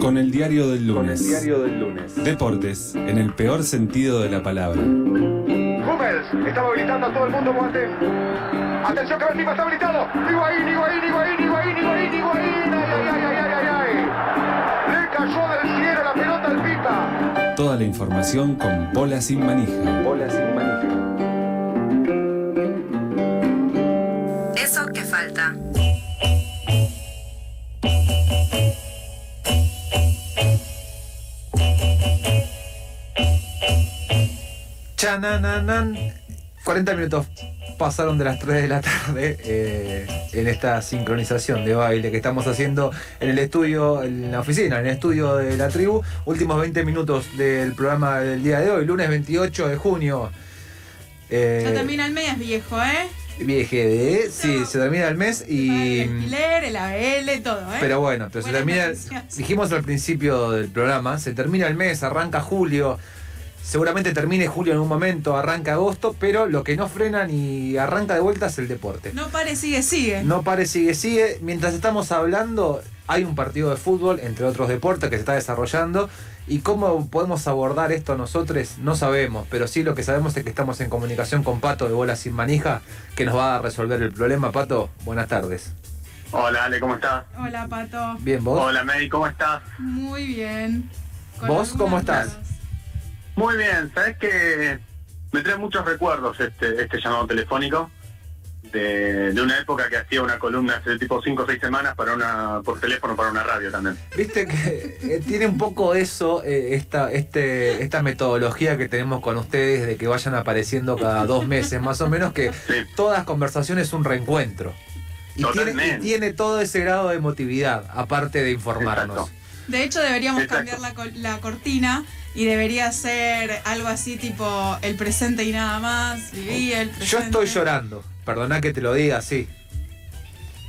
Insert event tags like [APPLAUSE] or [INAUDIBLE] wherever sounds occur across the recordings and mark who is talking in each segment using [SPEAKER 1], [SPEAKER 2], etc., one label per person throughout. [SPEAKER 1] Con el diario del
[SPEAKER 2] Con el
[SPEAKER 1] lunes.
[SPEAKER 2] diario del lunes.
[SPEAKER 1] Deportes, en el peor sentido de la palabra.
[SPEAKER 3] Hummels está habilitando a todo el mundo Moate. Atención que Benzema está habilitado. Higuaín, Higuaín, Higuaín, Higuaín, Higuaín, Higuaín. Ay, ay, ay, ay, ay, ay, ay. Le cayó del cielo la pelota al Pita.
[SPEAKER 1] Toda la información con Pola sin manija.
[SPEAKER 2] Bola sin manija.
[SPEAKER 4] Eso que falta.
[SPEAKER 5] Chanananan. 40 minutos pasaron de las 3 de la tarde eh, en esta sincronización de baile que estamos haciendo en el estudio, en la oficina, en el estudio de la tribu. Últimos 20 minutos del programa del día de hoy, lunes 28 de junio. Eh,
[SPEAKER 6] Ya termina el mes, viejo, ¿eh?
[SPEAKER 5] VGD, sí, se termina el mes
[SPEAKER 6] Y... El
[SPEAKER 5] y...
[SPEAKER 6] alquiler, el AL, todo, ¿eh?
[SPEAKER 5] Pero bueno, pero se
[SPEAKER 6] Buenas
[SPEAKER 5] termina,
[SPEAKER 6] noticias.
[SPEAKER 5] dijimos al principio del programa, se termina el mes, arranca julio, seguramente termine julio en un momento, arranca agosto, pero lo que no frena ni arranca de vuelta es el deporte.
[SPEAKER 6] No eh. pare, sigue, sigue.
[SPEAKER 5] No pare, sigue, sigue. Mientras estamos hablando, hay un partido de fútbol, entre otros deportes, que se está desarrollando. Y cómo podemos abordar esto nosotros, no sabemos. Pero sí lo que sabemos es que estamos en comunicación con Pato de Bola Sin Manija, que nos va a resolver el problema. Pato, buenas tardes.
[SPEAKER 7] Hola Ale, ¿cómo estás?
[SPEAKER 6] Hola, Pato.
[SPEAKER 5] Bien, vos.
[SPEAKER 7] Hola Mary, ¿cómo estás?
[SPEAKER 6] Muy bien.
[SPEAKER 5] ¿Vos cómo
[SPEAKER 6] algunas
[SPEAKER 5] estás?
[SPEAKER 6] dudas.
[SPEAKER 7] Muy bien, sabes que me trae muchos recuerdos este, este llamado telefónico de, de una época que hacía una columna hace tipo 5 o 6 semanas para una por teléfono para una radio también.
[SPEAKER 5] Viste que eh, tiene un poco eso, eh, esta, este, esta metodología que tenemos con ustedes de que vayan apareciendo cada dos meses, más o menos, que
[SPEAKER 7] Sí,
[SPEAKER 5] todas conversaciones un reencuentro. Y tiene,
[SPEAKER 7] Totalmente.
[SPEAKER 5] y tiene todo ese grado de emotividad, aparte de informarnos.
[SPEAKER 7] Exacto.
[SPEAKER 6] De hecho, deberíamos
[SPEAKER 7] Exacto.
[SPEAKER 6] cambiar la, col- la cortina y debería ser algo así tipo el presente y nada más. Viví el presente.
[SPEAKER 5] Yo estoy llorando, perdona que te lo diga así,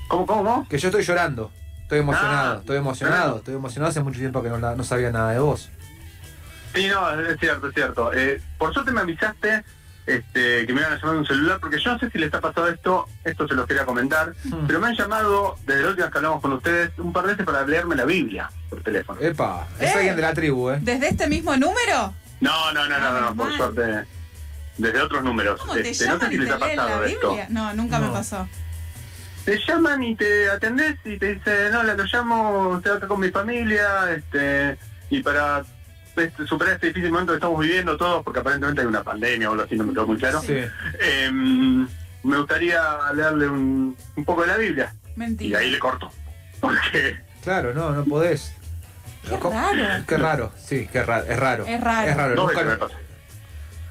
[SPEAKER 7] ¿Cómo, cómo, cómo?
[SPEAKER 5] que yo estoy llorando, estoy emocionado,
[SPEAKER 7] Ah,
[SPEAKER 5] estoy emocionado,
[SPEAKER 7] claro.
[SPEAKER 5] estoy emocionado hace mucho tiempo que no, la- no sabía nada de vos.
[SPEAKER 7] Sí, no, es cierto, es cierto. Eh, por suerte me avisaste este, que me iban a llamar de un celular, porque yo no sé si les ha pasado esto, esto se los quería comentar,
[SPEAKER 6] Mm.
[SPEAKER 5] Hmm.
[SPEAKER 7] pero me han llamado desde la última vez que hablamos con ustedes un par de veces para leerme la Biblia por teléfono.
[SPEAKER 5] Epa, es
[SPEAKER 6] Eh.
[SPEAKER 5] alguien de la tribu, ¿eh.
[SPEAKER 6] ¿Desde este mismo número?
[SPEAKER 7] No, no, no, no, no,
[SPEAKER 6] Ah,
[SPEAKER 7] por
[SPEAKER 6] mal.
[SPEAKER 7] suerte. Desde otros números.
[SPEAKER 6] ¿Cómo te
[SPEAKER 7] Este,
[SPEAKER 6] llaman
[SPEAKER 7] no sé si
[SPEAKER 6] y
[SPEAKER 7] les
[SPEAKER 6] te
[SPEAKER 7] ha
[SPEAKER 6] leen la
[SPEAKER 7] pasado esto.
[SPEAKER 6] Biblia? No, nunca me
[SPEAKER 5] No.
[SPEAKER 6] pasó.
[SPEAKER 7] Te llaman y te atendés y te dicen, hola, lo llamo, estoy acá con mi familia, este, y para este, superar este difícil momento que estamos viviendo todos, porque aparentemente hay una pandemia o algo así, no me quedó muy claro.
[SPEAKER 5] Sí.
[SPEAKER 7] em, me gustaría leerle un, un poco de la Biblia. Y
[SPEAKER 6] Mentira.
[SPEAKER 7] ahí le corto. [LAUGHS] Porque
[SPEAKER 5] Claro, no, no podés.
[SPEAKER 6] Qué
[SPEAKER 5] ¿Cómo?
[SPEAKER 6] raro.
[SPEAKER 5] Qué raro, sí, qué raro, es raro.
[SPEAKER 6] Es raro.
[SPEAKER 5] Es raro.
[SPEAKER 7] dos
[SPEAKER 5] nunca-
[SPEAKER 7] veces me pasa.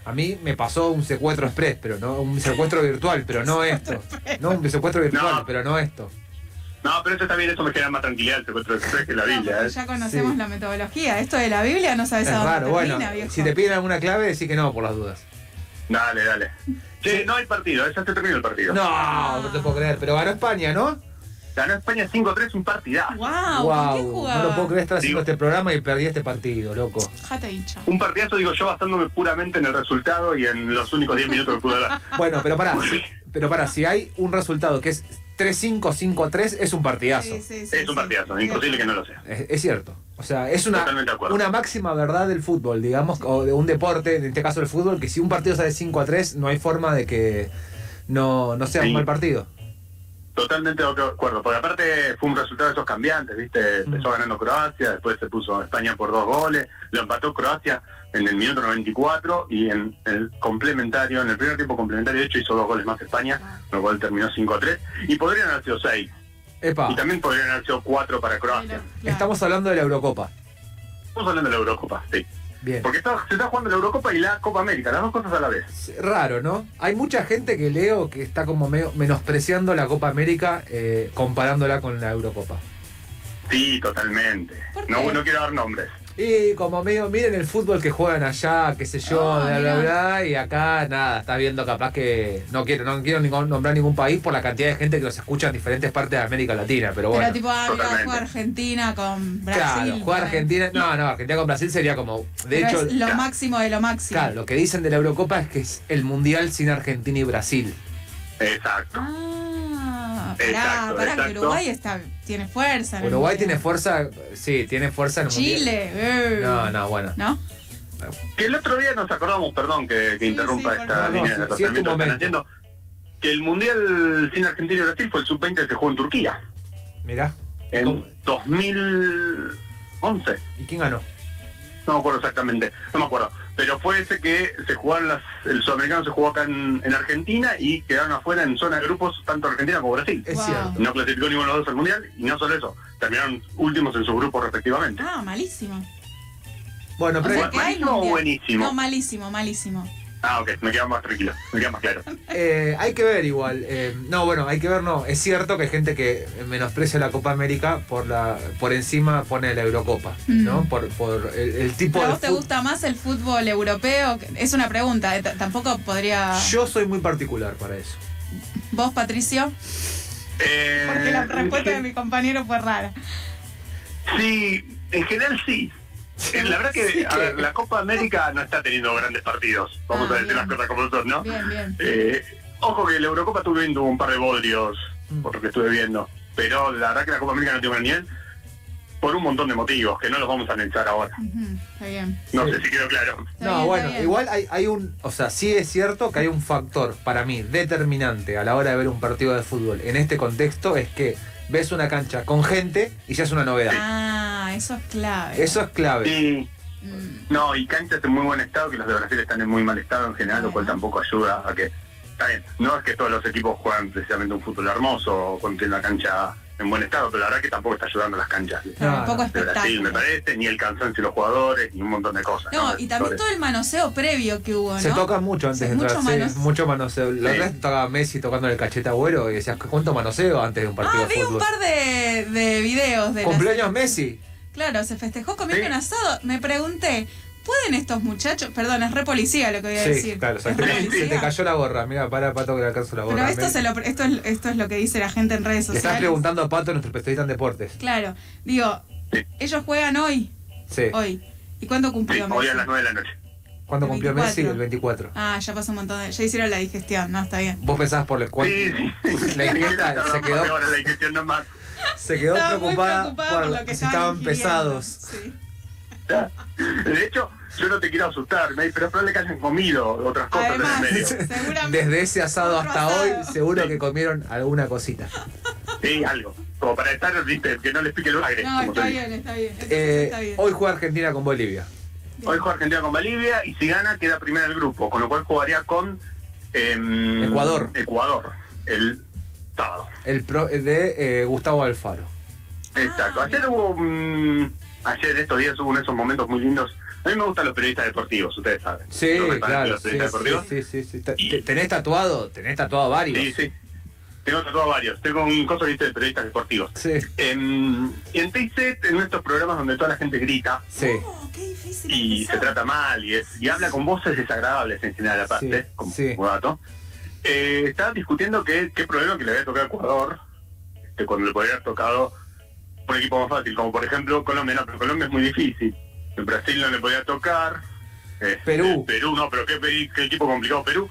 [SPEAKER 5] a mí me pasó un secuestro express, pero no, un secuestro virtual, pero no esto. No, un secuestro virtual,
[SPEAKER 7] No.
[SPEAKER 5] pero no esto.
[SPEAKER 7] No, pero eso está bien, eso me genera más tranquilidad el secuestro de Express que la
[SPEAKER 6] No,
[SPEAKER 7] Biblia.
[SPEAKER 6] porque
[SPEAKER 7] ¿eh?
[SPEAKER 6] ya conocemos
[SPEAKER 5] Sí.
[SPEAKER 6] la metodología. Esto de la Biblia no sabes
[SPEAKER 5] Es
[SPEAKER 6] a dónde
[SPEAKER 5] raro,
[SPEAKER 6] termina,
[SPEAKER 5] bueno.
[SPEAKER 6] viejo.
[SPEAKER 5] Si te piden alguna clave, decís que no, por las dudas.
[SPEAKER 7] Dale, dale. Che, no hay partido, ¿eh? ya se terminó el partido.
[SPEAKER 5] No, no te puedo creer, pero ganó España,
[SPEAKER 6] Ah,
[SPEAKER 5] ¿no?
[SPEAKER 7] Ganó España 5-3, un partidazo.
[SPEAKER 6] Wow,
[SPEAKER 5] Guau,
[SPEAKER 6] ¿con qué jugaba?
[SPEAKER 5] no lo puedo creer, estar haciendo
[SPEAKER 7] Digo-
[SPEAKER 5] este programa y perdí este partido, loco.
[SPEAKER 6] Jate hincha.
[SPEAKER 7] Un partidazo, digo yo, basándome puramente en el resultado y en los únicos 10 minutos que pude hablar.
[SPEAKER 5] Bueno,
[SPEAKER 7] [LAUGHS]
[SPEAKER 5] pero pará, si- pero pará, si hay un resultado que es 3-5-5-3, es un partidazo.
[SPEAKER 6] Sí, sí, sí,
[SPEAKER 7] Es un
[SPEAKER 6] sí.
[SPEAKER 7] partidazo,
[SPEAKER 6] Sí,
[SPEAKER 7] imposible que
[SPEAKER 6] sí.
[SPEAKER 7] no lo sea.
[SPEAKER 5] Es, es cierto. O sea, es una,
[SPEAKER 7] Totalmente de acuerdo.
[SPEAKER 5] una máxima verdad del fútbol, digamos, o de un deporte, en este caso el fútbol, que si un partido sale 5 a 3, no hay forma de que no, no sea un
[SPEAKER 7] Sí.
[SPEAKER 5] mal partido.
[SPEAKER 7] Totalmente de acuerdo, porque aparte fue un resultado de esos cambiantes, ¿viste?
[SPEAKER 6] Mm.
[SPEAKER 7] Empezó ganando Croacia, después se puso España por dos goles, lo empató Croacia en el minuto 94 y en el complementario, en el primer tiempo complementario, de hecho, hizo dos goles más
[SPEAKER 6] Ah.
[SPEAKER 7] España, lo cual terminó 5-3, y podrían haber sido 6,
[SPEAKER 5] Epa,
[SPEAKER 6] Ah.
[SPEAKER 7] y también podrían haber sido 4 para Croacia.
[SPEAKER 6] Claro.
[SPEAKER 5] estamos hablando de la Eurocopa.
[SPEAKER 7] Estamos hablando de la Eurocopa, sí.
[SPEAKER 5] Bien.
[SPEAKER 7] Porque está- se está jugando la Eurocopa y la Copa América, las dos cosas a la vez.
[SPEAKER 5] Es Raro, ¿no? Hay mucha gente que leo que está como medio menospreciando la Copa América eh, comparándola con la Eurocopa.
[SPEAKER 7] Sí, totalmente.
[SPEAKER 6] ¿Por qué?
[SPEAKER 7] No, no quiero dar nombres.
[SPEAKER 5] Y como medio, miren el fútbol que juegan allá, qué sé yo,
[SPEAKER 6] Ah,
[SPEAKER 5] bla, bla,
[SPEAKER 6] mirá.
[SPEAKER 5] bla, y acá nada, está viendo capaz que no quiero, no quiero ningún- nombrar ningún país por la cantidad de gente que los escucha en diferentes partes de América Latina, pero bueno.
[SPEAKER 6] Pero tipo, ah, mira,
[SPEAKER 7] Totalmente.
[SPEAKER 6] juega Argentina con Brasil.
[SPEAKER 5] claro, jugar
[SPEAKER 6] ¿no?
[SPEAKER 5] Argentina, no, no, Argentina con Brasil sería como, de
[SPEAKER 6] Pero
[SPEAKER 5] hecho,
[SPEAKER 6] es lo
[SPEAKER 7] claro.
[SPEAKER 6] máximo de lo máximo.
[SPEAKER 5] claro, lo que dicen de la Eurocopa es que es el mundial sin Argentina y Brasil.
[SPEAKER 7] Exacto.
[SPEAKER 6] Ah, pará,
[SPEAKER 7] Exacto,
[SPEAKER 6] pará, que
[SPEAKER 7] exacto.
[SPEAKER 6] Uruguay está, tiene fuerza. en el
[SPEAKER 5] Uruguay tiene
[SPEAKER 6] mundial.
[SPEAKER 5] fuerza, sí, tiene fuerza en el mundial.
[SPEAKER 6] Chile. eh.
[SPEAKER 5] No, no, bueno.
[SPEAKER 6] ¿No?
[SPEAKER 7] Que el otro día nos acordamos, perdón que, que
[SPEAKER 6] Sí,
[SPEAKER 7] interrumpa
[SPEAKER 6] sí, por
[SPEAKER 7] esta
[SPEAKER 6] favor.
[SPEAKER 7] línea
[SPEAKER 5] No,
[SPEAKER 7] de
[SPEAKER 5] sí, sí, es
[SPEAKER 7] tratamiento
[SPEAKER 5] tu
[SPEAKER 7] que están
[SPEAKER 5] momento.
[SPEAKER 7] haciendo, que el Mundial sin Argentina y Brasil fue el sub-20 que se jugó en Turquía,
[SPEAKER 5] Mirá.
[SPEAKER 7] en
[SPEAKER 5] ¿Cómo?
[SPEAKER 7] 2011,
[SPEAKER 5] ¿Y quién ganó?
[SPEAKER 7] no me acuerdo exactamente, no me acuerdo, pero fue ese que se jugaron las, el sudamericano se jugó acá en, en Argentina y quedaron afuera en zona de grupos tanto Argentina como Brasil.
[SPEAKER 5] Es
[SPEAKER 6] Wow.
[SPEAKER 5] cierto.
[SPEAKER 7] No clasificó ninguno de los dos al Mundial y no solo eso, terminaron últimos en sus grupos respectivamente.
[SPEAKER 6] Ah, malísimo.
[SPEAKER 5] Bueno,
[SPEAKER 6] Ah, O
[SPEAKER 5] pero
[SPEAKER 6] sea que hay
[SPEAKER 7] ¿Malísimo o
[SPEAKER 6] mundial.
[SPEAKER 7] buenísimo?
[SPEAKER 6] No, malísimo, malísimo.
[SPEAKER 7] Ah, ok, me queda más tranquilo, me queda más claro.
[SPEAKER 5] eh, hay que ver igual. eh, no, bueno, hay que ver, no. Es cierto que hay gente que menosprecia la Copa América por la por encima pone la Eurocopa,
[SPEAKER 6] Mm.
[SPEAKER 5] ¿no? Por, por el, el tipo
[SPEAKER 6] ¿Pero a
[SPEAKER 5] de
[SPEAKER 6] vos te
[SPEAKER 5] fut-
[SPEAKER 6] gusta más el fútbol europeo? Es una pregunta, eh, t- tampoco podría...
[SPEAKER 5] Yo soy muy particular para eso.
[SPEAKER 6] ¿Vos, Patricio?
[SPEAKER 7] Eh,
[SPEAKER 6] Porque la respuesta de mi compañero fue rara.
[SPEAKER 7] Sí, en general sí. Eh, La verdad que,
[SPEAKER 5] Sí
[SPEAKER 7] a
[SPEAKER 5] que-
[SPEAKER 7] ver, la Copa América no está teniendo grandes partidos. Vamos
[SPEAKER 6] Ah,
[SPEAKER 7] a decir las
[SPEAKER 6] bien.
[SPEAKER 7] cosas como son, ¿no?
[SPEAKER 6] Bien, bien.
[SPEAKER 7] Eh, ojo que la Eurocopa estuve viendo un par de bodrios,
[SPEAKER 5] Mm.
[SPEAKER 7] por lo que estuve viendo. Pero la verdad que la Copa América no tiene buen nivel por un montón de motivos que no los vamos a analizar ahora.
[SPEAKER 6] Ujú, está bien.
[SPEAKER 7] No
[SPEAKER 5] Sí.
[SPEAKER 7] sé si quedó claro.
[SPEAKER 6] Está bien,
[SPEAKER 5] No,
[SPEAKER 6] está
[SPEAKER 5] bueno,
[SPEAKER 6] bien.
[SPEAKER 5] igual hay, hay un. O sea, sí es cierto que hay un factor para mí determinante a la hora de ver un partido de fútbol en este contexto: es que ves una cancha con gente y ya es una novedad.
[SPEAKER 6] Ah, eso es clave.
[SPEAKER 5] Eso es clave.
[SPEAKER 7] Sí,
[SPEAKER 6] Mm,
[SPEAKER 7] no, y canchas en muy buen estado, que los de Brasil están en muy mal estado en general, lo cual
[SPEAKER 6] Bueno.
[SPEAKER 7] tampoco ayuda a que... Está bien, no es que todos los equipos juegan precisamente un fútbol hermoso o cuando tienen la cancha en buen estado, pero la verdad que tampoco está ayudando las canchas.
[SPEAKER 6] pero
[SPEAKER 5] No,
[SPEAKER 6] tampoco
[SPEAKER 5] no,
[SPEAKER 7] de Brasil, me
[SPEAKER 6] espectáculo.
[SPEAKER 7] parece, ni el cansancio de los jugadores, ni un montón de cosas.
[SPEAKER 6] No, y también
[SPEAKER 7] Sobre-
[SPEAKER 6] todo el manoseo previo que hubo, ¿no?
[SPEAKER 5] Se toca mucho antes
[SPEAKER 6] Sí,
[SPEAKER 5] de entrar.
[SPEAKER 6] mucho
[SPEAKER 5] sí,
[SPEAKER 6] manoseo.
[SPEAKER 5] mucho manoseo. Lo
[SPEAKER 7] Sí.
[SPEAKER 5] resto tocaba Messi tocándole el cachete a Agüero y decías, ¿cuánto manoseo antes de un partido
[SPEAKER 6] Ah,
[SPEAKER 5] de
[SPEAKER 6] vi un
[SPEAKER 5] fútbol?
[SPEAKER 6] par de, de videos de las-
[SPEAKER 5] ¿Cumpleaños Messi?
[SPEAKER 6] Claro, se festejó comiendo
[SPEAKER 7] Sí.
[SPEAKER 6] un asado. Me pregunté, ¿pueden estos muchachos? Perdón, es re policía lo que voy a
[SPEAKER 5] Sí,
[SPEAKER 6] decir.
[SPEAKER 5] claro.
[SPEAKER 6] [LAUGHS]
[SPEAKER 5] o sea,
[SPEAKER 6] Es
[SPEAKER 5] que
[SPEAKER 6] re
[SPEAKER 5] te-
[SPEAKER 6] policía.
[SPEAKER 5] se te cayó la gorra. Mira, para, Pato, que le alcanzo la gorra.
[SPEAKER 6] Pero esto,
[SPEAKER 5] Me-
[SPEAKER 6] se lo, esto, es, esto es lo que dice la gente en redes
[SPEAKER 5] Le
[SPEAKER 6] sociales.
[SPEAKER 5] estás preguntando a Pato, nuestro especialista en deportes.
[SPEAKER 6] Claro, digo, ellos juegan hoy,
[SPEAKER 5] Sí.
[SPEAKER 6] hoy. ¿Y cuándo
[SPEAKER 7] Sí,
[SPEAKER 6] cumplió
[SPEAKER 7] hoy a
[SPEAKER 6] Messi?
[SPEAKER 7] las 9 de la noche.
[SPEAKER 5] ¿Cuándo cumplió
[SPEAKER 6] 24.
[SPEAKER 5] Messi? El 24.
[SPEAKER 6] Ah, ya pasó un montón de... Ya hicieron la digestión, no, está bien.
[SPEAKER 5] Vos pensabas por el cual
[SPEAKER 7] Sí, sí.
[SPEAKER 5] [LAUGHS] la
[SPEAKER 7] [LAUGHS]
[SPEAKER 5] ingesta se quedó,
[SPEAKER 7] Ahora la ingestión nomás.
[SPEAKER 5] se quedó
[SPEAKER 6] Estaba muy
[SPEAKER 5] preocupada,
[SPEAKER 6] preocupada
[SPEAKER 5] por,
[SPEAKER 6] por lo que
[SPEAKER 5] si estaban
[SPEAKER 6] ingiriendo.
[SPEAKER 5] pesados.
[SPEAKER 6] Sí.
[SPEAKER 7] De hecho, yo no te quiero asustar, me- pero probable que hayan comido otras cosas
[SPEAKER 6] Además,
[SPEAKER 7] en
[SPEAKER 6] [LAUGHS]
[SPEAKER 7] el medio.
[SPEAKER 6] seguramente...
[SPEAKER 5] Desde ese asado
[SPEAKER 6] Otro
[SPEAKER 5] hasta
[SPEAKER 6] asado.
[SPEAKER 5] hoy, seguro
[SPEAKER 7] Sí.
[SPEAKER 5] que comieron alguna
[SPEAKER 6] [LAUGHS]
[SPEAKER 5] cosita.
[SPEAKER 7] Sí, algo. Como para estar, viste, que no les pique el aire.
[SPEAKER 6] No,
[SPEAKER 7] como
[SPEAKER 6] está
[SPEAKER 7] se dice.
[SPEAKER 6] bien, está bien. entonces
[SPEAKER 5] Eh,
[SPEAKER 6] está bien.
[SPEAKER 5] hoy juega Argentina con Bolivia.
[SPEAKER 7] Hoy juega Argentina con Bolivia y si gana queda primera del grupo, con lo cual jugaría con em,
[SPEAKER 5] Ecuador.
[SPEAKER 7] Ecuador el sábado.
[SPEAKER 5] El pro de eh, Gustavo Alfaro.
[SPEAKER 7] Exacto.
[SPEAKER 6] Ah,
[SPEAKER 7] ayer
[SPEAKER 6] bien.
[SPEAKER 7] hubo mm, ayer estos días hubo uno de esos momentos muy lindos. A mí me gustan los periodistas deportivos, ustedes saben.
[SPEAKER 5] Sí,
[SPEAKER 7] Los reparantes,
[SPEAKER 5] claro.
[SPEAKER 7] Los
[SPEAKER 5] Sí,
[SPEAKER 7] periodistas deportivos.
[SPEAKER 5] sí, sí, sí, sí. Te- ¿Tenés tatuado? ¿Tenés tatuado varios?
[SPEAKER 7] Sí, sí. Tengo tatuado varios. Tengo un coso viste de periodistas deportivos.
[SPEAKER 5] Sí,
[SPEAKER 7] En, y en TIC, E en estos programas donde toda la gente grita
[SPEAKER 5] sí.
[SPEAKER 6] Oh, qué difícil
[SPEAKER 7] y se
[SPEAKER 6] empezar.
[SPEAKER 7] trata mal y, es, y habla con voces desagradables en general, aparte,
[SPEAKER 5] Sí,
[SPEAKER 7] como
[SPEAKER 5] sí.
[SPEAKER 7] dato, eh, estaban discutiendo qué, qué problema que le había tocado a Ecuador este, cuando le podría haber tocado un equipo más fácil, como por ejemplo Colombia. No, pero Colombia es muy difícil. En Brasil no le podía tocar. eh,
[SPEAKER 5] Perú.
[SPEAKER 7] eh, Perú, no, pero qué, qué equipo complicado Perú.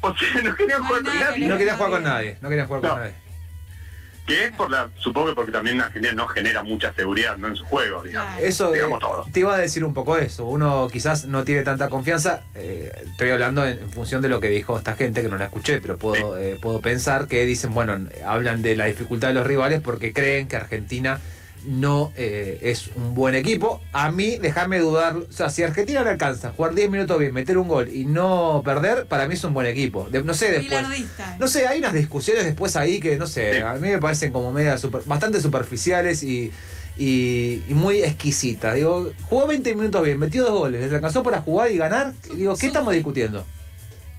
[SPEAKER 7] O sea, no querían
[SPEAKER 6] No hay
[SPEAKER 7] jugar con
[SPEAKER 6] nada que
[SPEAKER 7] nadie.
[SPEAKER 5] No quería jugar con nadie. No quería jugar con
[SPEAKER 7] No.
[SPEAKER 5] nadie.
[SPEAKER 7] Que es por la, supongo que porque también Argentina no genera mucha seguridad ¿no? en su juego, digamos.
[SPEAKER 6] Claro.
[SPEAKER 5] Eso eh,
[SPEAKER 7] Digamos todo.
[SPEAKER 5] te iba a decir un poco eso. Uno quizás no tiene tanta confianza. eh, estoy hablando en, en función de lo que dijo esta gente que no la escuché, pero puedo, eh, puedo pensar que dicen, bueno, hablan de la dificultad de los rivales porque creen que Argentina no eh, es un buen equipo. A mí, déjame dudar. O sea, si Argentina le alcanza a jugar 10 minutos bien, meter un gol y no perder, para mí es un buen equipo. De- no sé después.
[SPEAKER 6] Bilardista. eh.
[SPEAKER 5] No sé, hay unas discusiones después ahí que, no sé,
[SPEAKER 7] Sí.
[SPEAKER 5] a mí me parecen como media super- bastante superficiales y, y- y muy exquisitas. Digo, jugó 20 minutos bien, metió dos goles, les alcanzó para jugar y ganar. Y digo, ¿qué estamos discutiendo?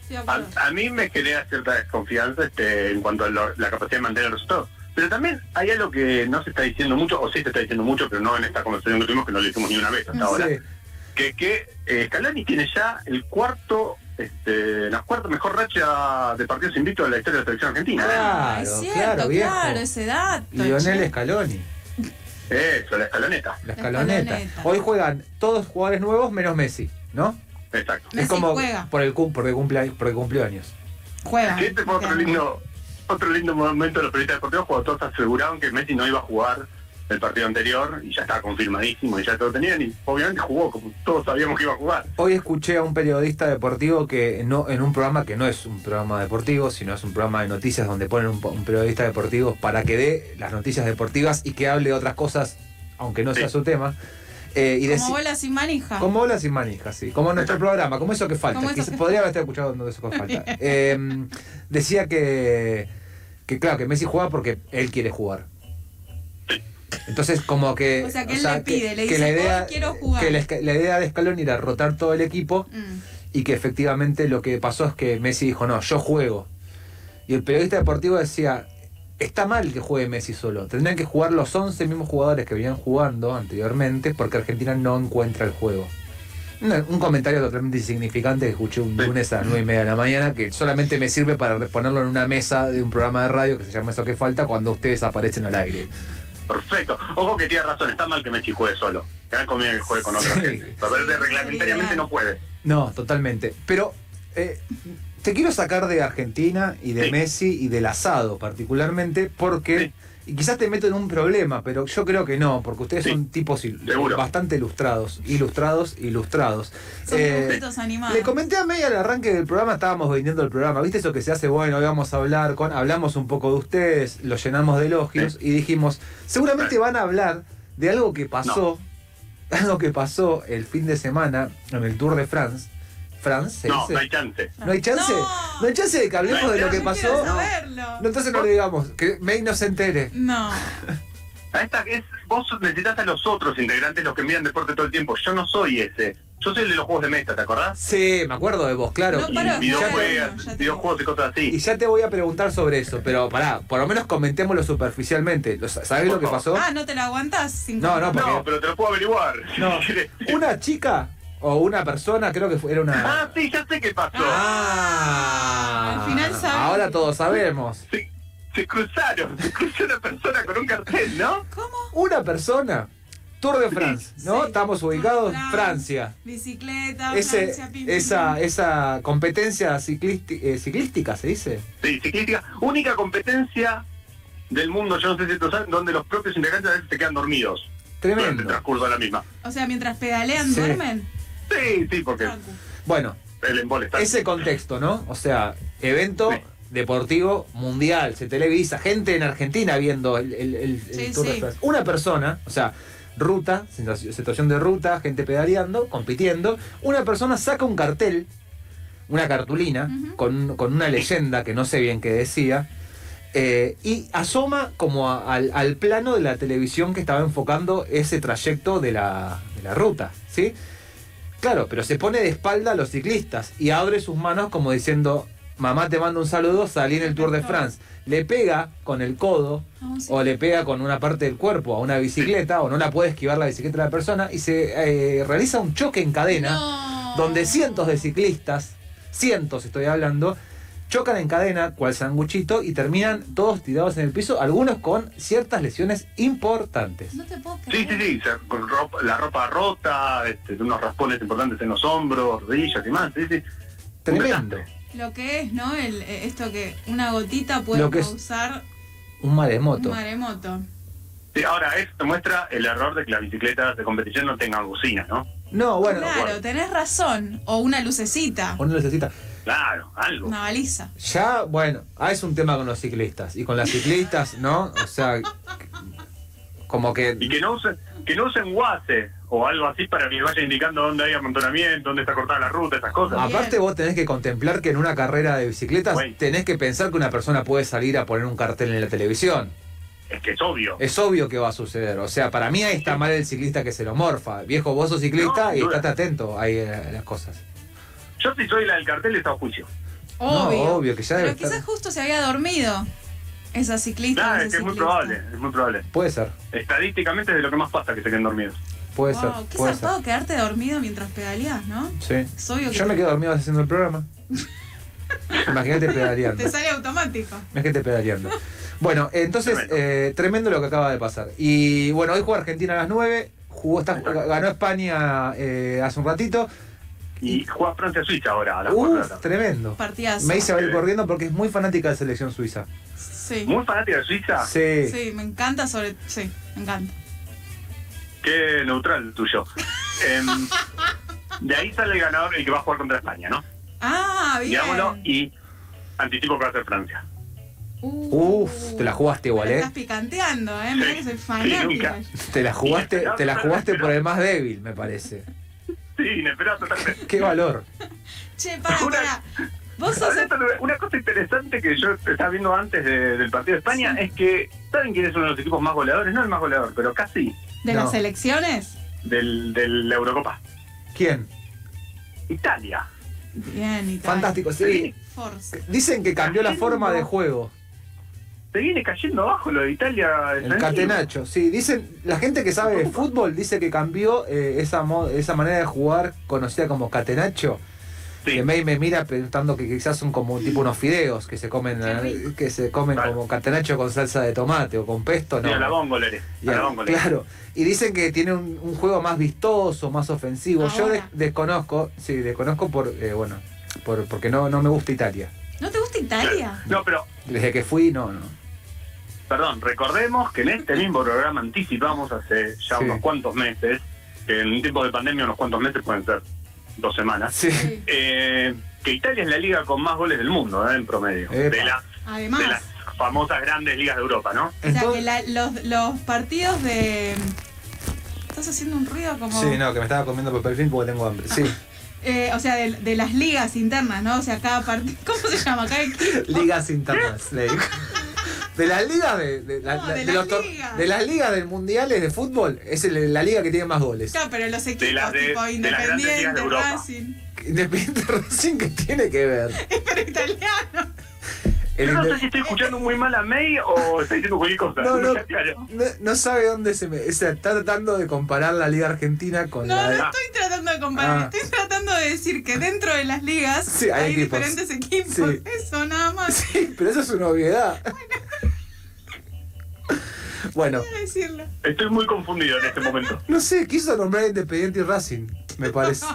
[SPEAKER 6] Estoy de acuerdo.
[SPEAKER 7] A, a mí me genera cierta desconfianza este, en cuanto a lo- la capacidad de mantener el resultado. Pero también hay algo que no se está diciendo mucho, o sí se está diciendo mucho, pero no en esta conversación que tuvimos, que no lo hicimos ni una vez hasta ahora.
[SPEAKER 5] Sí.
[SPEAKER 7] Que, que eh, Scaloni tiene ya el cuarto, este, la cuarta mejor racha de partidos invictos de la historia de la selección argentina. ¿eh?
[SPEAKER 5] Claro,
[SPEAKER 6] Ah, es cierto,
[SPEAKER 5] claro, viejo.
[SPEAKER 6] claro, ese dato.
[SPEAKER 5] Lionel
[SPEAKER 6] che.
[SPEAKER 5] Scaloni,
[SPEAKER 7] Eso, la escaloneta.
[SPEAKER 5] la escaloneta.
[SPEAKER 6] escaloneta.
[SPEAKER 5] Hoy juegan todos jugadores nuevos menos Messi, ¿no?
[SPEAKER 7] Exacto.
[SPEAKER 6] Messi
[SPEAKER 5] es como
[SPEAKER 6] juega.
[SPEAKER 5] por el cum- porque cumple porque cumplió años.
[SPEAKER 6] Juega.
[SPEAKER 7] Este fue otro
[SPEAKER 6] Este año.
[SPEAKER 7] lindo, otro lindo momento de los periodistas deportivos cuando todos aseguraban que Messi no iba a jugar el partido anterior y ya estaba confirmadísimo y ya todo tenían y obviamente jugó como todos sabíamos que iba a jugar.
[SPEAKER 5] Hoy escuché a un periodista deportivo que no, en un programa que no es un programa deportivo, sino es un programa de noticias donde ponen un, po- un periodista deportivo para que dé las noticias deportivas y que hable de otras cosas, aunque no sea
[SPEAKER 7] Sí.
[SPEAKER 5] su tema. Eh, y
[SPEAKER 6] Como
[SPEAKER 5] deci-
[SPEAKER 6] bola sin manija.
[SPEAKER 5] como bola sin manija, sí. Como nuestro programa, como eso que falta.
[SPEAKER 6] Como eso
[SPEAKER 5] Quizás
[SPEAKER 6] que
[SPEAKER 5] podría haber escuchado donde eso
[SPEAKER 6] [LAUGHS]
[SPEAKER 5] que falta. Eh, decía que, que, claro, que Messi juega porque él quiere jugar. Entonces, como que.
[SPEAKER 6] O sea, que él le pide, le dice, "Hoy quiero jugar".
[SPEAKER 5] Que la, esca- la idea de Scaloni era rotar todo el equipo
[SPEAKER 6] Mm.
[SPEAKER 5] y que efectivamente lo que pasó es que Messi dijo, no, yo juego. Y el periodista deportivo decía, está mal que juegue Messi solo, tendrían que jugar los 11 mismos jugadores que venían jugando anteriormente porque Argentina no encuentra el juego. Una- Un, comentario totalmente insignificante que escuché un lunes a las 9 y media de la mañana que solamente me sirve para ponerlo en una mesa de un programa de radio que se llama Eso que falta cuando ustedes aparecen al aire.
[SPEAKER 7] Perfecto. Ojo que tiene razón, está mal que Messi juegue solo. Que hagan conmigo que juegue con otra
[SPEAKER 5] Sí.
[SPEAKER 7] gente. Pero
[SPEAKER 6] Sí,
[SPEAKER 7] reglamentariamente
[SPEAKER 6] sería
[SPEAKER 7] no puede.
[SPEAKER 5] No, totalmente. Pero eh, te quiero sacar de Argentina y de
[SPEAKER 7] Sí.
[SPEAKER 5] Messi y del asado particularmente porque...
[SPEAKER 7] Sí.
[SPEAKER 5] Y quizás te meto en un problema, pero yo creo que no, porque ustedes
[SPEAKER 7] Sí.
[SPEAKER 5] son tipos il-
[SPEAKER 7] Seguro.
[SPEAKER 5] bastante ilustrados, ilustrados, ilustrados.
[SPEAKER 6] Son
[SPEAKER 5] Eh,
[SPEAKER 6] dibujitos animados.
[SPEAKER 5] le comenté a media al arranque del programa, estábamos vendiendo el programa, ¿viste eso que se hace? Bueno, hoy vamos a hablar con, hablamos un poco de ustedes, lo llenamos de elogios y dijimos, seguramente van a hablar de algo que pasó, algo que pasó el fin de semana en el Tour de France. France, se
[SPEAKER 7] No,
[SPEAKER 5] dice?
[SPEAKER 7] no hay chance.
[SPEAKER 5] ¿No hay chance,
[SPEAKER 6] No.
[SPEAKER 5] no hay chance de que hablemos
[SPEAKER 7] No hay
[SPEAKER 5] de lo que
[SPEAKER 6] Yo quiero
[SPEAKER 5] pasó.
[SPEAKER 6] saberlo.
[SPEAKER 5] No, entonces no le digamos, que May no se entere.
[SPEAKER 6] No.
[SPEAKER 7] A esta es, vos necesitas a los otros integrantes, los que miran deporte todo el tiempo. Yo no soy ese. Yo soy el de los juegos de mesa, ¿te acordás?
[SPEAKER 5] Sí, me acuerdo de vos, claro.
[SPEAKER 6] No,
[SPEAKER 7] Y
[SPEAKER 6] pará,
[SPEAKER 7] videojuegos,
[SPEAKER 6] bueno, ya te-
[SPEAKER 7] videojuegos y cosas
[SPEAKER 5] Y
[SPEAKER 7] así.
[SPEAKER 5] ya te voy a preguntar sobre eso, pero pará, por lo menos comentémoslo superficialmente. Lo- ¿Sabés lo que pasó?
[SPEAKER 6] Ah, ¿no te la aguantás? Sin
[SPEAKER 5] No, no,
[SPEAKER 7] No, pero te lo puedo averiguar. [LAUGHS]
[SPEAKER 5] No,
[SPEAKER 7] Si querés.
[SPEAKER 5] una chica o una persona, creo que fue- era una.
[SPEAKER 7] Ah, sí, ya sé qué pasó.
[SPEAKER 5] Ah.
[SPEAKER 6] Al final sabe.
[SPEAKER 5] Ahora todos sabemos.
[SPEAKER 7] Se, se cruzaron, se cruzó una persona con un cartel, ¿no?
[SPEAKER 6] ¿Cómo?
[SPEAKER 5] Una persona, Tour de France, ¿no?
[SPEAKER 6] Sí.
[SPEAKER 5] Estamos
[SPEAKER 6] Tour de
[SPEAKER 5] ubicados en
[SPEAKER 6] France.
[SPEAKER 5] Francia.
[SPEAKER 6] Bicicleta,
[SPEAKER 5] Ese-
[SPEAKER 6] Francia, pim, pim,
[SPEAKER 5] esa,
[SPEAKER 6] pim.
[SPEAKER 5] esa competencia ciclisti- eh, ciclística, ¿se dice?
[SPEAKER 7] Sí, ciclística. Única competencia del mundo, yo no sé si esto saben, donde los propios integrantes a veces se quedan dormidos durante el
[SPEAKER 5] Tremendo.
[SPEAKER 7] transcurso de la misma.
[SPEAKER 6] O sea, mientras pedalean,
[SPEAKER 5] Sí.
[SPEAKER 6] duermen.
[SPEAKER 7] Sí, sí, porque
[SPEAKER 6] Facu.
[SPEAKER 5] Bueno,
[SPEAKER 7] el embole está...
[SPEAKER 5] ese contexto, ¿no? O sea, evento
[SPEAKER 7] Sí.
[SPEAKER 5] deportivo mundial, se televisa, gente en Argentina viendo el, el- el- el
[SPEAKER 6] Sí,
[SPEAKER 5] Tour de
[SPEAKER 6] sí.
[SPEAKER 5] France. Una persona, o sea, ruta, sensación- situación de ruta, gente pedaleando, compitiendo, una persona saca un cartel, una cartulina,
[SPEAKER 6] Ujú.
[SPEAKER 5] con, con una leyenda que no sé bien qué decía, eh, y asoma como a- al, al plano de la televisión que estaba enfocando ese trayecto de la, de la ruta, ¿sí? Claro, pero se pone de espalda a los ciclistas y abre sus manos como diciendo, mamá te mando un saludo, salí en el Tour de France. Le pega con el codo
[SPEAKER 6] No, sí.
[SPEAKER 5] o le pega con una parte del cuerpo a una bicicleta o no la puede esquivar la bicicleta de la persona y se eh, realiza un choque en cadena
[SPEAKER 6] No.
[SPEAKER 5] donde cientos de ciclistas, cientos estoy hablando, chocan en cadena cual sanguchito y terminan todos tirados en el piso, algunos con ciertas lesiones importantes.
[SPEAKER 6] No te puedo
[SPEAKER 7] Sí,
[SPEAKER 6] creer.
[SPEAKER 7] sí, sí, se- con ropa- la ropa rota, este, unos raspones importantes en los hombros, rodillas y más, sí, sí.
[SPEAKER 5] Tremendo.
[SPEAKER 6] Lo que es, ¿no? El, eh, esto que una gotita puede
[SPEAKER 5] Lo que es-
[SPEAKER 6] causar
[SPEAKER 5] Un maremoto.
[SPEAKER 6] un maremoto.
[SPEAKER 7] Sí, ahora, esto muestra el error de que las bicicletas de competición no tengan bocina, ¿no?
[SPEAKER 5] No, bueno,
[SPEAKER 6] claro,
[SPEAKER 7] bueno.
[SPEAKER 6] tenés razón. O una lucecita,
[SPEAKER 5] uno necesita.
[SPEAKER 7] Claro, algo.
[SPEAKER 6] una baliza.
[SPEAKER 5] Ya, bueno, ah, es un tema con los ciclistas. Y con las ciclistas, ¿no? O sea, como que...
[SPEAKER 7] Y que no usen, que no usen guace o algo así para que vaya indicando dónde hay amontonamiento, dónde está cortada la ruta, esas cosas.
[SPEAKER 6] Ah,
[SPEAKER 5] Aparte
[SPEAKER 6] Bien.
[SPEAKER 5] vos tenés que contemplar que en una carrera de bicicletas
[SPEAKER 7] Güey.
[SPEAKER 5] tenés que pensar que una persona puede salir a poner un cartel en la televisión.
[SPEAKER 7] Es que es obvio.
[SPEAKER 5] Es obvio que va a suceder. O sea, para mí ahí está mal el ciclista que se lo morfa. Viejo, vos sos ciclista
[SPEAKER 7] No,
[SPEAKER 5] y
[SPEAKER 7] sin duda.
[SPEAKER 5] estate atento ahí a las cosas.
[SPEAKER 7] Yo si soy la del cartel está a juicio.
[SPEAKER 6] Obvio.
[SPEAKER 5] No, obvio, que ya
[SPEAKER 6] Pero
[SPEAKER 5] debe estar-
[SPEAKER 6] quizás justo se había dormido esa ciclista.
[SPEAKER 7] Claro,
[SPEAKER 6] ese
[SPEAKER 7] es que es muy
[SPEAKER 6] ciclista.
[SPEAKER 7] probable, es muy probable.
[SPEAKER 5] Puede ser,
[SPEAKER 7] Estadísticamente es de lo que más pasa que se queden dormidos.
[SPEAKER 5] puede
[SPEAKER 6] Wow,
[SPEAKER 5] ser,
[SPEAKER 6] qué
[SPEAKER 5] puede ser.
[SPEAKER 6] zarpado quedarte dormido mientras pedaleás, ¿no?
[SPEAKER 5] Sí.
[SPEAKER 6] Es obvio que
[SPEAKER 5] Yo me
[SPEAKER 6] te,
[SPEAKER 5] quedo dormido haciendo el
[SPEAKER 6] [LAUGHS]
[SPEAKER 5] programa. Imagínate pedaleando.
[SPEAKER 6] te sale automático.
[SPEAKER 5] Imagínate pedaleando. Bueno, entonces,
[SPEAKER 7] Tremendo.
[SPEAKER 5] eh, tremendo lo que acaba de pasar. Y bueno, hoy juega Argentina a las 9. Jugó, está- ganó España eh, hace un ratito.
[SPEAKER 7] y juega Francia-Suiza ahora a las cuatro de la
[SPEAKER 5] Uf,
[SPEAKER 7] tarde.
[SPEAKER 5] tremendo.
[SPEAKER 6] Partidazo.
[SPEAKER 5] Me hice ir corriendo porque es muy fanática de la selección suiza.
[SPEAKER 6] Sí.
[SPEAKER 7] Muy fanática de Suiza,
[SPEAKER 5] Sí.
[SPEAKER 6] Sí, me encanta sobre. Sí, me encanta.
[SPEAKER 7] qué neutral tuyo. Em, de ahí sale el ganador el que va a jugar contra España, ¿no?
[SPEAKER 6] Ah, bien.
[SPEAKER 7] Digámoslo, y anticipo que va a ser Francia.
[SPEAKER 5] Uf, te la jugaste igual,
[SPEAKER 6] Me
[SPEAKER 5] ¿eh?
[SPEAKER 6] Uh. estás picanteando, ¿eh? Mirá que soy
[SPEAKER 7] nunca.
[SPEAKER 6] fanática.
[SPEAKER 5] Te la jugaste, te la jugaste por el más débil, me parece.
[SPEAKER 7] Sí, inesperado totalmente.
[SPEAKER 5] Qué valor.
[SPEAKER 6] Che, para,
[SPEAKER 7] Una-
[SPEAKER 6] para. Vos sos.
[SPEAKER 7] Ahora, esto, Una cosa interesante que yo estaba viendo antes de- del partido de España es que, ¿saben quién es uno de los equipos más goleadores? No el más goleador, pero casi
[SPEAKER 6] ¿De
[SPEAKER 5] No.
[SPEAKER 6] las elecciones?
[SPEAKER 7] del, del Eurocopa.
[SPEAKER 5] ¿Quién?
[SPEAKER 7] Italia.
[SPEAKER 6] Bien, y tal.
[SPEAKER 5] Fantástico, sí.
[SPEAKER 6] Force.
[SPEAKER 5] Dicen que cambió la forma de juego.
[SPEAKER 7] Se viene cayendo abajo lo de Italia.
[SPEAKER 5] El
[SPEAKER 7] San Siro.
[SPEAKER 5] catenacho, sí. Dicen, la gente que sabe de fútbol dice que cambió eh, esa, mo- esa manera de jugar conocida como catenacho.
[SPEAKER 7] Sí.
[SPEAKER 5] Que May me mira preguntando que quizás son como tipo unos fideos que se comen, eh,
[SPEAKER 6] Qué rico.
[SPEAKER 5] que se comen
[SPEAKER 7] Claro.
[SPEAKER 5] como catenacho con salsa de tomate o con pesto,
[SPEAKER 7] Y
[SPEAKER 5] ¿no?
[SPEAKER 7] a la bongolere.
[SPEAKER 5] Y
[SPEAKER 7] A
[SPEAKER 5] a-
[SPEAKER 7] la bongolere.
[SPEAKER 5] claro. Y dicen que tiene un, un juego más vistoso, más ofensivo. Yo
[SPEAKER 6] Ahora.
[SPEAKER 5] des- desconozco, sí, desconozco por, eh, bueno, por, porque no, no me gusta Italia.
[SPEAKER 6] ¿No te gusta Italia?
[SPEAKER 7] No, pero,
[SPEAKER 5] Desde que fui, no, no.
[SPEAKER 7] perdón, recordemos que en este mismo programa anticipamos hace ya
[SPEAKER 5] Sí.
[SPEAKER 7] unos cuantos meses, que en un tiempo de pandemia unos cuantos meses pueden ser dos semanas,
[SPEAKER 5] Sí.
[SPEAKER 6] Sí.
[SPEAKER 7] eh, que Italia es la liga con más goles del mundo, ¿eh? en promedio,
[SPEAKER 5] Epa.
[SPEAKER 7] de, la-
[SPEAKER 6] Además.
[SPEAKER 7] de las famosas grandes ligas de Europa, ¿no?
[SPEAKER 6] O sea, que
[SPEAKER 5] Entonces-
[SPEAKER 6] la- los, los partidos de... Estás haciendo un ruido como...
[SPEAKER 5] Sí, no, que me estaba comiendo papel film porque tengo hambre. Sí.
[SPEAKER 6] Eh, o sea, de, de las ligas internas, ¿no? O sea, cada partido... [LAUGHS] ¿Cómo se llama? Cada equipo.
[SPEAKER 5] Ligas internas, le digo. De las ligas de, de, la-
[SPEAKER 6] No,
[SPEAKER 5] la-
[SPEAKER 6] de
[SPEAKER 5] de
[SPEAKER 6] las
[SPEAKER 5] los tor-
[SPEAKER 6] ligas.
[SPEAKER 5] de las ligas del mundiales de fútbol es el- la liga que tiene más goles.
[SPEAKER 6] Claro, pero los equipos
[SPEAKER 7] De las de-
[SPEAKER 6] tipo
[SPEAKER 7] de las grandes ligas de
[SPEAKER 6] Independiente,
[SPEAKER 7] Europa.
[SPEAKER 6] Racing... [LAUGHS]
[SPEAKER 5] Independiente recién que tiene que ver.
[SPEAKER 6] Pero italiano.
[SPEAKER 5] El
[SPEAKER 7] Yo no sé
[SPEAKER 5] Inde-
[SPEAKER 7] si estoy escuchando muy mal a May o estoy diciendo cualquier cosa.
[SPEAKER 5] No, no.
[SPEAKER 7] Claro.
[SPEAKER 5] no, no sabe dónde se me. O sea, está tratando de comparar la Liga Argentina con
[SPEAKER 6] No,
[SPEAKER 5] la.
[SPEAKER 6] no
[SPEAKER 5] de-
[SPEAKER 6] estoy tratando de comparar.
[SPEAKER 5] Ah.
[SPEAKER 6] Estoy tratando de decir que dentro de las ligas
[SPEAKER 5] Sí, hay
[SPEAKER 6] hay,
[SPEAKER 5] equipos.
[SPEAKER 6] diferentes equipos.
[SPEAKER 5] Sí.
[SPEAKER 6] Eso nada más.
[SPEAKER 5] Sí, pero eso es una obviedad. Bueno,
[SPEAKER 6] Voy a decirlo.
[SPEAKER 7] Estoy muy confundido en este momento.
[SPEAKER 5] no sé, quiso nombrar Independiente y Racing, me
[SPEAKER 6] [LAUGHS]
[SPEAKER 5] parece.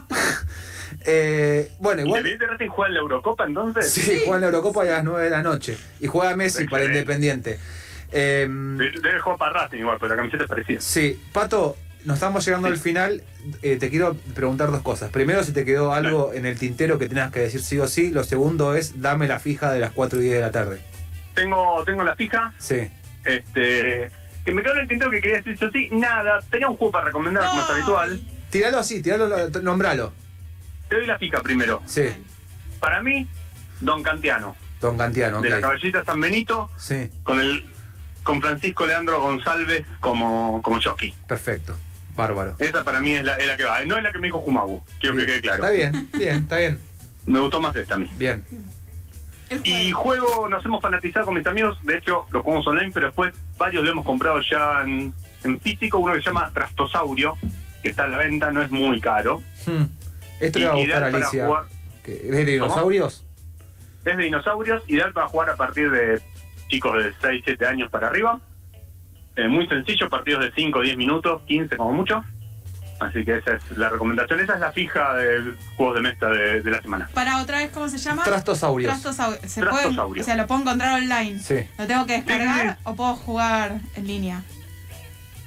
[SPEAKER 5] Eh, bueno, igual.
[SPEAKER 7] ¿Independiente Racing juega en la Eurocopa entonces?
[SPEAKER 5] Sí, juega en la Eurocopa a las 9 de la noche. Y juega Messi para
[SPEAKER 7] Excelente.
[SPEAKER 5] Independiente. Eh,
[SPEAKER 7] Debe jugar para Racing igual, pero la camiseta es parecida.
[SPEAKER 5] sí, Pato, nos estamos llegando al final. Eh, te quiero preguntar dos cosas. Primero, si te quedó algo en el tintero que tengas que decir sí o sí. Lo segundo es, dame la fija de las 4 y 10 de la tarde.
[SPEAKER 7] Tengo, tengo la fija.
[SPEAKER 5] Sí.
[SPEAKER 7] Este, que me quedó en el tintero que quería decir yo sí, nada, tenía un juego para recomendar como es
[SPEAKER 6] Ay.
[SPEAKER 7] habitual.
[SPEAKER 5] Tíralo así, tíralo, lo- nombralo.
[SPEAKER 7] Te doy la fija primero.
[SPEAKER 5] Sí.
[SPEAKER 7] Para mí, Don Cantiano,
[SPEAKER 5] Don Cantiano, ok.
[SPEAKER 7] de la caballita San Benito,
[SPEAKER 5] Sí,
[SPEAKER 7] con el con Francisco Leandro González como, como jockey.
[SPEAKER 5] perfecto. Bárbaro.
[SPEAKER 7] Esa para mí es la, es la que va. No es la que me dijo Jumagu, quiero que quede claro.
[SPEAKER 5] Está bien, bien, está bien.
[SPEAKER 7] Me gustó más esta a mí.
[SPEAKER 5] Bien.
[SPEAKER 6] El
[SPEAKER 7] Y
[SPEAKER 6] juego.
[SPEAKER 7] juego, nos hemos fanatizado con mis amigos, de hecho lo jugamos online, pero después varios lo hemos comprado ya en, en físico, uno que se llama Trastosaurio, que está a la venta, no es muy caro.
[SPEAKER 5] Hmm. Esto le va a
[SPEAKER 7] Y- ideal
[SPEAKER 5] gustar a
[SPEAKER 7] para
[SPEAKER 5] Alicia.
[SPEAKER 7] jugar-
[SPEAKER 5] ¿Qué? ¿Es de dinosaurios?
[SPEAKER 7] es de dinosaurios, ideal para jugar a partir de chicos de 6, 7 años para arriba. Eh, muy sencillo, partidos de 5, 10 minutos, 15 como mucho. Así que esa es la recomendación, esa es la fija de juegos de mesa de, de la semana.
[SPEAKER 6] Para otra vez, ¿cómo se llama?
[SPEAKER 5] Trastosaurios.
[SPEAKER 6] Trastosau- ¿Se
[SPEAKER 7] Trastosaurio.
[SPEAKER 6] puede, o sea, lo puedo encontrar online.
[SPEAKER 5] Sí.
[SPEAKER 6] ¿Lo tengo que descargar
[SPEAKER 7] Sí, sí.
[SPEAKER 6] o puedo jugar en línea?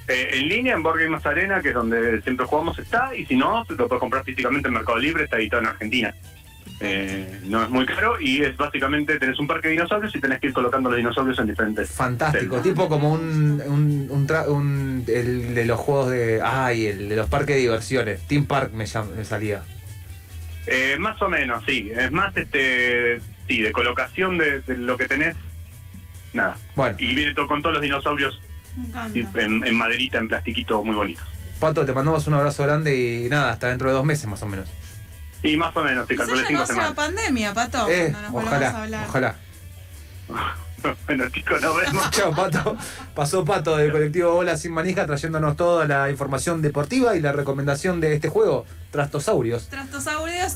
[SPEAKER 7] Eh, en línea, en Board Games Arena, que es donde siempre jugamos, está, y si no, lo puedes comprar físicamente en Mercado Libre, está editado en Argentina. Eh, no es muy caro y es básicamente tenés un parque de dinosaurios y tenés que ir colocando los dinosaurios en diferentes.
[SPEAKER 5] Fantástico,
[SPEAKER 7] Sí.
[SPEAKER 5] tipo como un, un, un, tra- un- el de los juegos de. Ay, el de los parques de diversiones. Team Park me, llam- me salía.
[SPEAKER 7] Eh, más o menos, sí. Es más, este, sí, de colocación de, de lo que tenés. Nada.
[SPEAKER 5] Bueno,
[SPEAKER 7] Y viene todo con todos los dinosaurios
[SPEAKER 6] Me encanta.
[SPEAKER 7] en, en maderita, en plastiquito, muy bonitos.
[SPEAKER 5] Pato, te mandamos un abrazo grande y nada, hasta dentro de dos meses más o menos.
[SPEAKER 7] Y más o menos, te
[SPEAKER 6] Quizás
[SPEAKER 7] calculé
[SPEAKER 6] ya no
[SPEAKER 7] cinco
[SPEAKER 6] sea
[SPEAKER 7] semanas.
[SPEAKER 6] pandemia, Pato,
[SPEAKER 5] Eh,
[SPEAKER 6] cuando nos volvamos a
[SPEAKER 5] ojalá,
[SPEAKER 6] hablar.
[SPEAKER 5] ojalá. [LAUGHS]
[SPEAKER 7] [LAUGHS] bueno, chicos, nos vemos.
[SPEAKER 5] Chao, Pato. Pasó Pato del colectivo Hola Sin Manija trayéndonos toda la información deportiva y la recomendación de este juego, Trastosaurios.
[SPEAKER 6] Trastosaurios